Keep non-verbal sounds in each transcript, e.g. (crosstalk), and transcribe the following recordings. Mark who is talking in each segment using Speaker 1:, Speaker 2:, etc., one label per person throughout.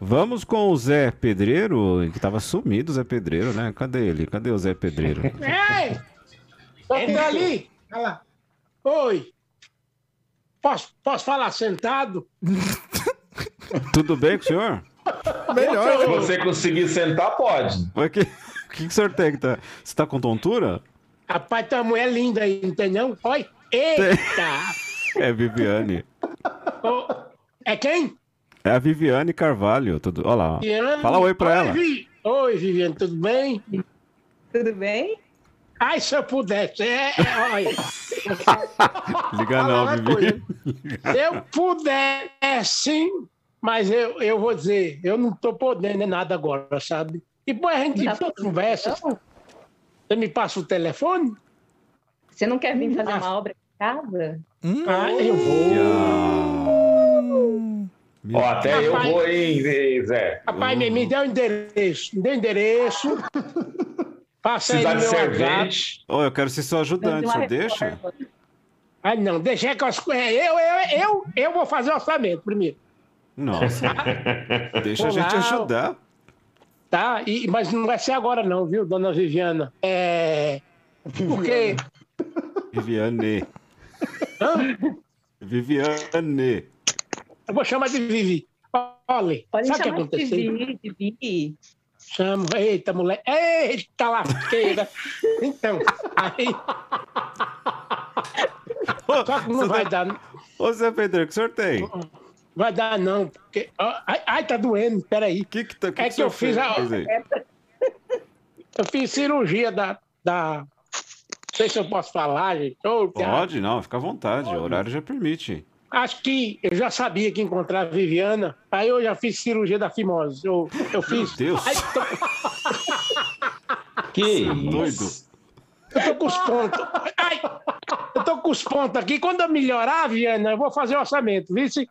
Speaker 1: Vamos com o Zé Pedreiro, que tava sumido o Zé Pedreiro, né? Cadê ele? Cadê o Zé Pedreiro?
Speaker 2: Ei!
Speaker 1: Tá
Speaker 2: Eu tô ali! Olha lá. Oi! Posso, posso falar sentado?
Speaker 1: Tudo bem com o senhor?
Speaker 3: Melhor. Se você conseguir sentar, pode.
Speaker 1: O que, (laughs) o que que o senhor tem? que Tá... Você tá com tontura?
Speaker 2: Rapaz, tua mulher é linda aí, não tem não? Oi! Eita!
Speaker 1: É a Viviane.
Speaker 2: Ô, é quem?
Speaker 1: É a Viviane Carvalho. Tudo... Olha lá. ó. Fala oi pra ela.
Speaker 2: Vi- Oi, Viviane, tudo bem?
Speaker 4: Tudo bem?
Speaker 2: Ai, se eu pudesse. É, é, olha.
Speaker 1: Liga não,
Speaker 2: Fala
Speaker 1: (laughs)
Speaker 2: uma
Speaker 1: Viviane.
Speaker 2: Se eu pudesse, mas eu, eu vou dizer, eu não tô podendo nada agora, sabe? E depois a gente
Speaker 4: Tá bom.
Speaker 2: conversa.
Speaker 4: Então,
Speaker 2: Você me passa o telefone?
Speaker 4: Você não quer vir fazer
Speaker 2: Ah.
Speaker 4: uma obra em casa?
Speaker 1: Hum.
Speaker 2: Ah, eu vou.
Speaker 1: ah.
Speaker 3: Ó, até eu
Speaker 2: Rapaz.
Speaker 3: vou, hein, Zé- Zé.
Speaker 2: Rapaz,
Speaker 1: Uhum.
Speaker 2: me, me dê o endereço. Me dê
Speaker 1: (laughs)
Speaker 2: o endereço. Passa aí no
Speaker 3: Precisar de
Speaker 2: meu WhatsApp.
Speaker 3: servente.
Speaker 1: Ô, eu quero ser seu ajudante, o
Speaker 4: Fazer uma
Speaker 1: senhor deixa?
Speaker 4: reforma.
Speaker 2: Ah, não, deixa que as coisas. Eu, eu, eu, eu vou fazer orçamento primeiro. (laughs)
Speaker 1: Nossa. Deixa a gente
Speaker 2: Olá.
Speaker 1: ajudar.
Speaker 2: Tá? E, mas não vai ser agora, não, viu, dona Viviana? É. Porque.
Speaker 1: Viviane. Viviane.
Speaker 2: Eu vou chamar de Vivi. Olha,
Speaker 4: Pode me
Speaker 2: sabe o que
Speaker 4: chamar de
Speaker 2: aconteceu?
Speaker 4: Vi, de Vi.
Speaker 2: Chama, eita, mulher. Eita,
Speaker 4: (laughs)
Speaker 2: lasqueira. Então, aí.
Speaker 1: Ô,
Speaker 2: Só que não
Speaker 1: você
Speaker 2: vai
Speaker 1: tá-
Speaker 2: dar,
Speaker 1: Ô, Zé Pedreiro, que o senhor tem? O
Speaker 2: vai dar, não. Porque, ó, ai, ai, tá doendo, peraí.
Speaker 1: que que, tá, que,
Speaker 2: É
Speaker 1: o
Speaker 2: que
Speaker 1: senhor
Speaker 2: eu fiz
Speaker 1: fez-
Speaker 2: a-
Speaker 1: fez aí?
Speaker 2: Eu fiz cirurgia da. da... Não sei se eu posso falar, gente. Ô, Thiago.
Speaker 1: Pode, não, fica à vontade. O horário já permite.
Speaker 2: Acho que eu já sabia que encontrar a Viviana. Aí eu já fiz cirurgia da fimose. Eu, eu fiz.
Speaker 1: Deus.
Speaker 2: Ai, tô,
Speaker 3: Que
Speaker 1: Doido.
Speaker 3: isso?
Speaker 2: eu tô com os pontos. Ai, eu tô com os pontos aqui. Quando eu melhorar, Viviana, eu vou fazer o orçamento,
Speaker 1: (laughs)
Speaker 2: vice?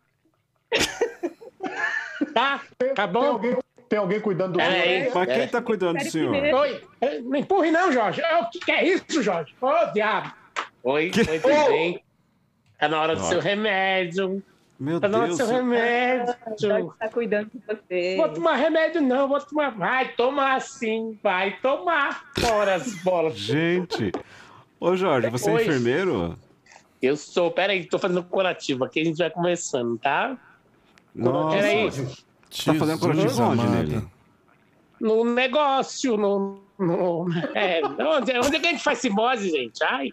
Speaker 2: Tá? Tá
Speaker 5: Tem
Speaker 2: bom?
Speaker 5: alguém, tem alguém cuidando do
Speaker 3: Pera aí.
Speaker 1: Mas quem tá cuidando do
Speaker 4: Espere
Speaker 1: senhor?
Speaker 4: primeiro.
Speaker 2: Oi. eh, Não empurre, não, Jorge. Ô, O que que é isso, Jorge? Ô, diabo.
Speaker 6: Oi,
Speaker 1: Que-
Speaker 6: oi, tudo bem? Tá na hora do
Speaker 1: Nossa.
Speaker 6: seu remédio.
Speaker 1: Meu
Speaker 2: Tá na hora do
Speaker 1: Deus.
Speaker 2: seu remédio.
Speaker 4: Jorge tá cuidando de você.
Speaker 2: Vou tomar remédio, não. Vou tomar. Vai tomar sim. Vai tomar.
Speaker 6: Fora as bolas.
Speaker 1: Gente. Ô, Jorge, você é
Speaker 2: Oi.
Speaker 1: enfermeiro?
Speaker 6: Eu sou. Peraí, tô fazendo curativo aqui, a gente vai começando, tá?
Speaker 1: Nossa.
Speaker 6: Peraí.
Speaker 1: Tá fazendo curativo onde nele?
Speaker 2: No negócio, no. no é, onde, onde é que a gente faz simose, gente? Ai,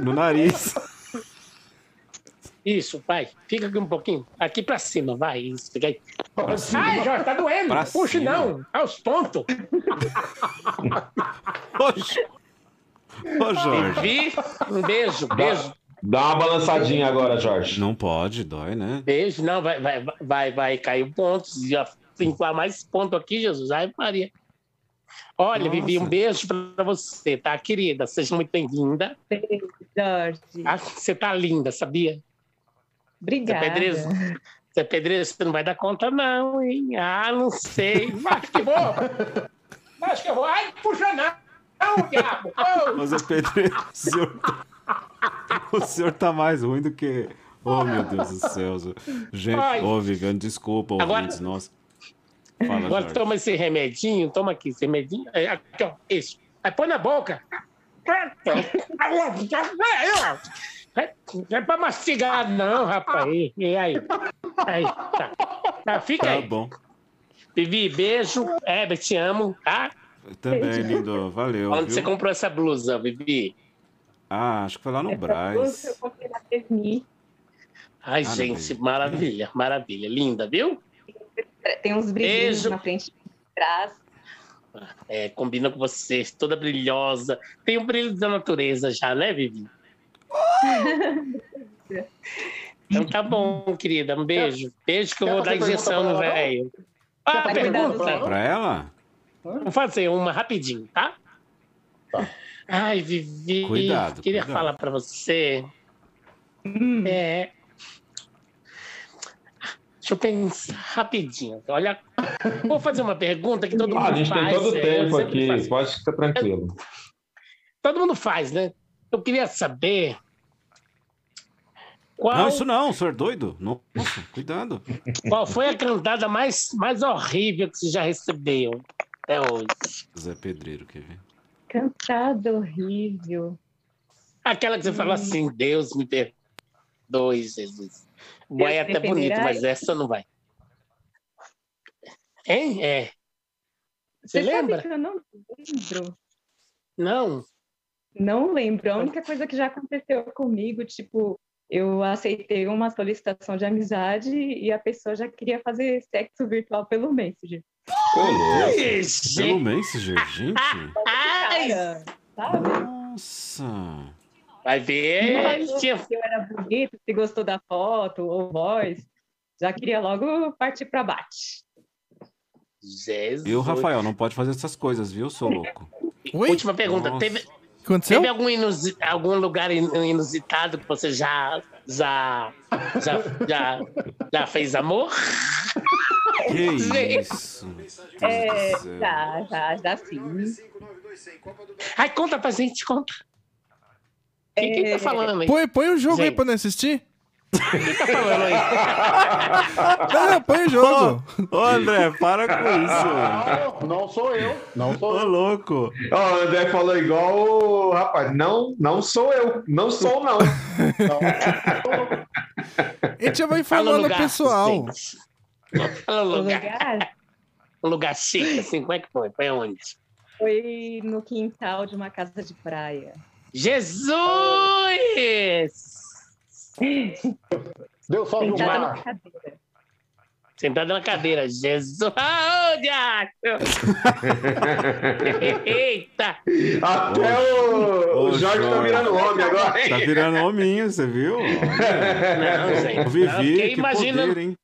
Speaker 1: No nariz. (laughs)
Speaker 2: isso, pai. Fica aqui um pouquinho. Aqui pra cima, vai. Isso, fica aí.
Speaker 1: Pra
Speaker 2: Ai, Jorge, tá doendo.
Speaker 1: Pra
Speaker 2: Puxa,
Speaker 1: cima.
Speaker 2: não. Aos pontos.
Speaker 1: Oxe. Ô, Jorge.
Speaker 6: Vi? Um beijo, beijo.
Speaker 3: Dá uma balançadinha agora, Jorge.
Speaker 1: Não pode, dói, né?
Speaker 6: Beijo, não, vai, vai, vai, vai cair pontos, já inflar mais ponto aqui, Jesus. Ai, Maria. Olha,
Speaker 1: Nossa.
Speaker 6: Vivi, um beijo pra você, tá, querida? Seja muito bem-vinda.
Speaker 4: Beijo, Jorge.
Speaker 6: Ah, Você tá linda, sabia? Você é
Speaker 4: Obrigada.
Speaker 6: pedreiro? Você é pedreiro? Você não vai dar conta, não, hein? Ah, não sei.
Speaker 2: Acho que vou. Acho que eu vou. Ai, puxa, não. Não, diabo. Ô,
Speaker 1: Ô, Zé Pedreiro, é o senhor, tá... o senhor tá mais ruim do que. Oh, meu Deus do céu. Zé. Gente,
Speaker 2: Ai.
Speaker 1: ô, Viviane, desculpa,
Speaker 6: Agora-
Speaker 1: ouvintes, nossa. Fala,
Speaker 6: Agora
Speaker 1: Jorge.
Speaker 6: toma esse remedinho, toma aqui esse remedinho. É, Aqui, ó, isso. Aí põe na boca. Não é pra mastigar, não, rapaz. E aí? Aí, tá. Tá, fica
Speaker 1: Tá
Speaker 6: aí.
Speaker 1: bom.
Speaker 6: Vivi, beijo. Heber, te amo, tá?
Speaker 1: Também, lindo. Valeu.
Speaker 6: Onde
Speaker 1: viu?
Speaker 6: você comprou essa blusa, Vivi?
Speaker 1: Ah, acho que foi lá
Speaker 4: É tá
Speaker 1: no
Speaker 4: Hoje Eu
Speaker 1: Braz.
Speaker 4: comprei na Fermi.
Speaker 6: Ai,
Speaker 1: Maravilha.
Speaker 6: gente, maravilha, maravilha. Linda, viu?
Speaker 4: Tem uns brilhinhos
Speaker 6: Beijo.
Speaker 4: na frente e atrás.
Speaker 6: É, combina com você, toda brilhosa. Tem o brilho da natureza já, né,
Speaker 5: (laughs)
Speaker 6: Vivi? então tá bom, querida. Um beijo. Beijo que eu
Speaker 5: Quer
Speaker 6: vou dar
Speaker 5: fazer
Speaker 6: injeção
Speaker 5: pergunta
Speaker 6: no
Speaker 5: pra ela, não?
Speaker 6: velho. Ah,
Speaker 4: fazer pergunta pra
Speaker 6: pergunta.
Speaker 4: ela?
Speaker 1: Pra ela?
Speaker 6: Vou fazer uma rapidinho, tá?
Speaker 5: Tá.
Speaker 6: Ai, Vivi,
Speaker 1: Cuidado,
Speaker 6: queria
Speaker 1: cuidado.
Speaker 6: falar pra você.
Speaker 5: Hum.
Speaker 6: É... Deixa eu pensar rapidinho. Olha, vou fazer uma pergunta que todo mundo
Speaker 3: Ah, a gente tem
Speaker 6: faz.
Speaker 3: todo o
Speaker 6: é,
Speaker 3: tempo
Speaker 6: eu sempre
Speaker 3: aqui.
Speaker 6: faço.
Speaker 3: Pode ficar tranquilo.
Speaker 6: Todo mundo faz, né? Eu queria saber
Speaker 2: Qual,
Speaker 1: Não, isso não, o senhor é doido? Nossa, cuidado.
Speaker 2: qual foi a cantada mais, mais horrível que você já recebeu até hoje?
Speaker 1: Zé Pedreiro, quer ver?
Speaker 4: Cantada horrível.
Speaker 2: Aquela que você falou assim, Deus me perdoe, Jesus. Vai
Speaker 4: Deus
Speaker 2: até
Speaker 4: defenderá
Speaker 2: bonito,
Speaker 4: eu.
Speaker 2: mas essa não vai. Hein? É. Você
Speaker 4: sabe
Speaker 2: lembra?
Speaker 4: que eu não lembro.
Speaker 2: Não.
Speaker 4: Não lembro. A única coisa que já aconteceu comigo, tipo, eu aceitei uma solicitação de amizade e a pessoa já queria fazer sexo virtual pelo Messenger.
Speaker 3: Ô, louco.
Speaker 2: Ih,
Speaker 1: Pelo
Speaker 2: gente.
Speaker 1: Messenger, gente.
Speaker 2: Ai,
Speaker 4: Cara, sabe?
Speaker 1: Nossa.
Speaker 2: Vai
Speaker 4: Não
Speaker 2: ver.
Speaker 4: achou
Speaker 2: tinha-
Speaker 4: que eu era bonito, se gostou da foto ou voz. Já queria logo partir para bate.
Speaker 2: Jesus.
Speaker 1: Viu, Rafael? Não pode fazer essas coisas, viu, seu louco?
Speaker 7: Oi?
Speaker 2: Última pergunta.
Speaker 1: Nossa.
Speaker 2: Teve,
Speaker 7: O que aconteceu?
Speaker 2: teve algum, inusi- algum lugar in- inusitado que você já já já, já, já fez amor?
Speaker 1: Que
Speaker 2: Gente.
Speaker 1: isso? Meu Deus
Speaker 4: É,
Speaker 1: do céu.
Speaker 4: já, já, já sim.
Speaker 2: Ai, conta pra gente, conta. Quem, quem
Speaker 4: É,
Speaker 2: tá falando aí?
Speaker 7: Põe, põe o jogo aí
Speaker 2: Gente.
Speaker 7: pra não assistir.
Speaker 2: Quem tá falando
Speaker 7: (laughs)
Speaker 2: aí?
Speaker 7: Ah, põe o jogo.
Speaker 1: Ô, André, para
Speaker 2: (laughs)
Speaker 1: com isso.
Speaker 8: Não, não sou eu. Não sou
Speaker 1: Ô,
Speaker 8: eu.
Speaker 1: louco.
Speaker 3: Ah, Ó, o André falou igual o rapaz. Não, não sou eu. Não sou, não.
Speaker 8: Não, não sou eu.
Speaker 7: A gente já vai
Speaker 2: Fala um
Speaker 7: falando
Speaker 2: lugar,
Speaker 7: pessoal.
Speaker 2: gente. Fala um
Speaker 4: O
Speaker 2: lugar,
Speaker 4: lugar
Speaker 2: um lugar chique, assim, como é que foi? Foi onde?
Speaker 4: foi no quintal de uma casa de praia.
Speaker 2: Jesus!
Speaker 8: Deu só de um
Speaker 4: Sentada
Speaker 8: mar.
Speaker 4: na cadeira.
Speaker 2: Sentado na cadeira, Jesus! Ah, ô, diacho! Eita!
Speaker 3: Até o, o
Speaker 1: Ô,
Speaker 3: Jorge tá
Speaker 1: Jorge.
Speaker 3: virando homem agora, hein?
Speaker 1: Tá virando hominho, você viu?
Speaker 2: (laughs) Não, gente.
Speaker 1: O
Speaker 2: não, eu fiquei
Speaker 1: Vivi, que
Speaker 2: imaginando,
Speaker 1: poder, hein?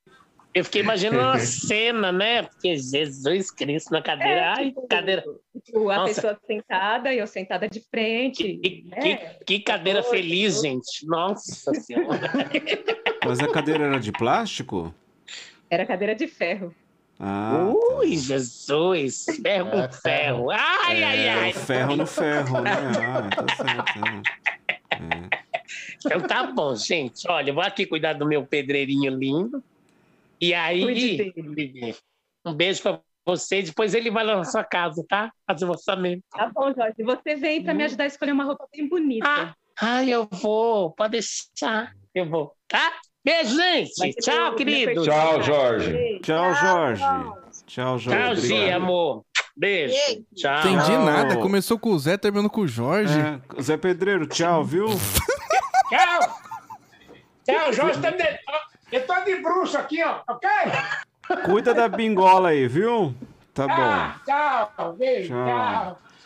Speaker 2: eu fiquei imaginando
Speaker 1: (laughs)
Speaker 2: uma cena, né? Porque Jesus Cristo na cadeira. Ai,
Speaker 4: tipo,
Speaker 2: cadeira.
Speaker 4: tipo, a
Speaker 2: Nossa.
Speaker 4: pessoa sentada e eu sentada de frente.
Speaker 2: Que, que-
Speaker 4: né?
Speaker 2: que cadeira feliz, gente. Nossa Senhora.
Speaker 1: Mas a cadeira era de plástico?
Speaker 4: Era cadeira de ferro.
Speaker 1: (laughs) Ah, tá.
Speaker 2: Ui, Jesus. Ferro com
Speaker 8: É,
Speaker 2: ferro. Ai, ai,
Speaker 1: é,
Speaker 2: ai.
Speaker 1: o ferro no ferro,
Speaker 2: (laughs)
Speaker 1: né? Ah, tá certo. né?
Speaker 2: Então tá bom, gente. Olha, eu vou aqui cuidar do meu pedreirinho lindo. E
Speaker 4: Cuide
Speaker 2: aí, um beijo pra você. Depois ele vai lá na sua casa, tá? Fazer o orçamento.
Speaker 4: Tá bom, Jorge. Você vem para me ajudar a escolher uma roupa bem bonita.
Speaker 2: Hum. Ah, ai, eu vou. Pode deixar. Eu vou, tá? Beijo,
Speaker 4: Vai
Speaker 2: gente.
Speaker 4: ser
Speaker 2: Tchau,
Speaker 4: meu-
Speaker 2: querido.
Speaker 4: meu
Speaker 3: Tchau,
Speaker 4: perfil.
Speaker 3: Jorge.
Speaker 1: Tchau, Jorge. Tchau, Jorge.
Speaker 2: Tchau, Gia,
Speaker 1: obrigado.
Speaker 2: amor. Beijo. Tchau.
Speaker 7: Entendi
Speaker 1: Não.
Speaker 7: nada. Começou com o Zé, terminou com o Jorge.
Speaker 1: É, Zé Pedreiro, tchau, viu?
Speaker 2: Tchau. Tchau, Jorge. Tá me...
Speaker 9: Eu tô de bruxo aqui, ó, ok?
Speaker 1: Cuida da bingola aí, viu? Tá bom.
Speaker 9: Ah, tchau, beijo,
Speaker 1: Tchau.
Speaker 9: tchau.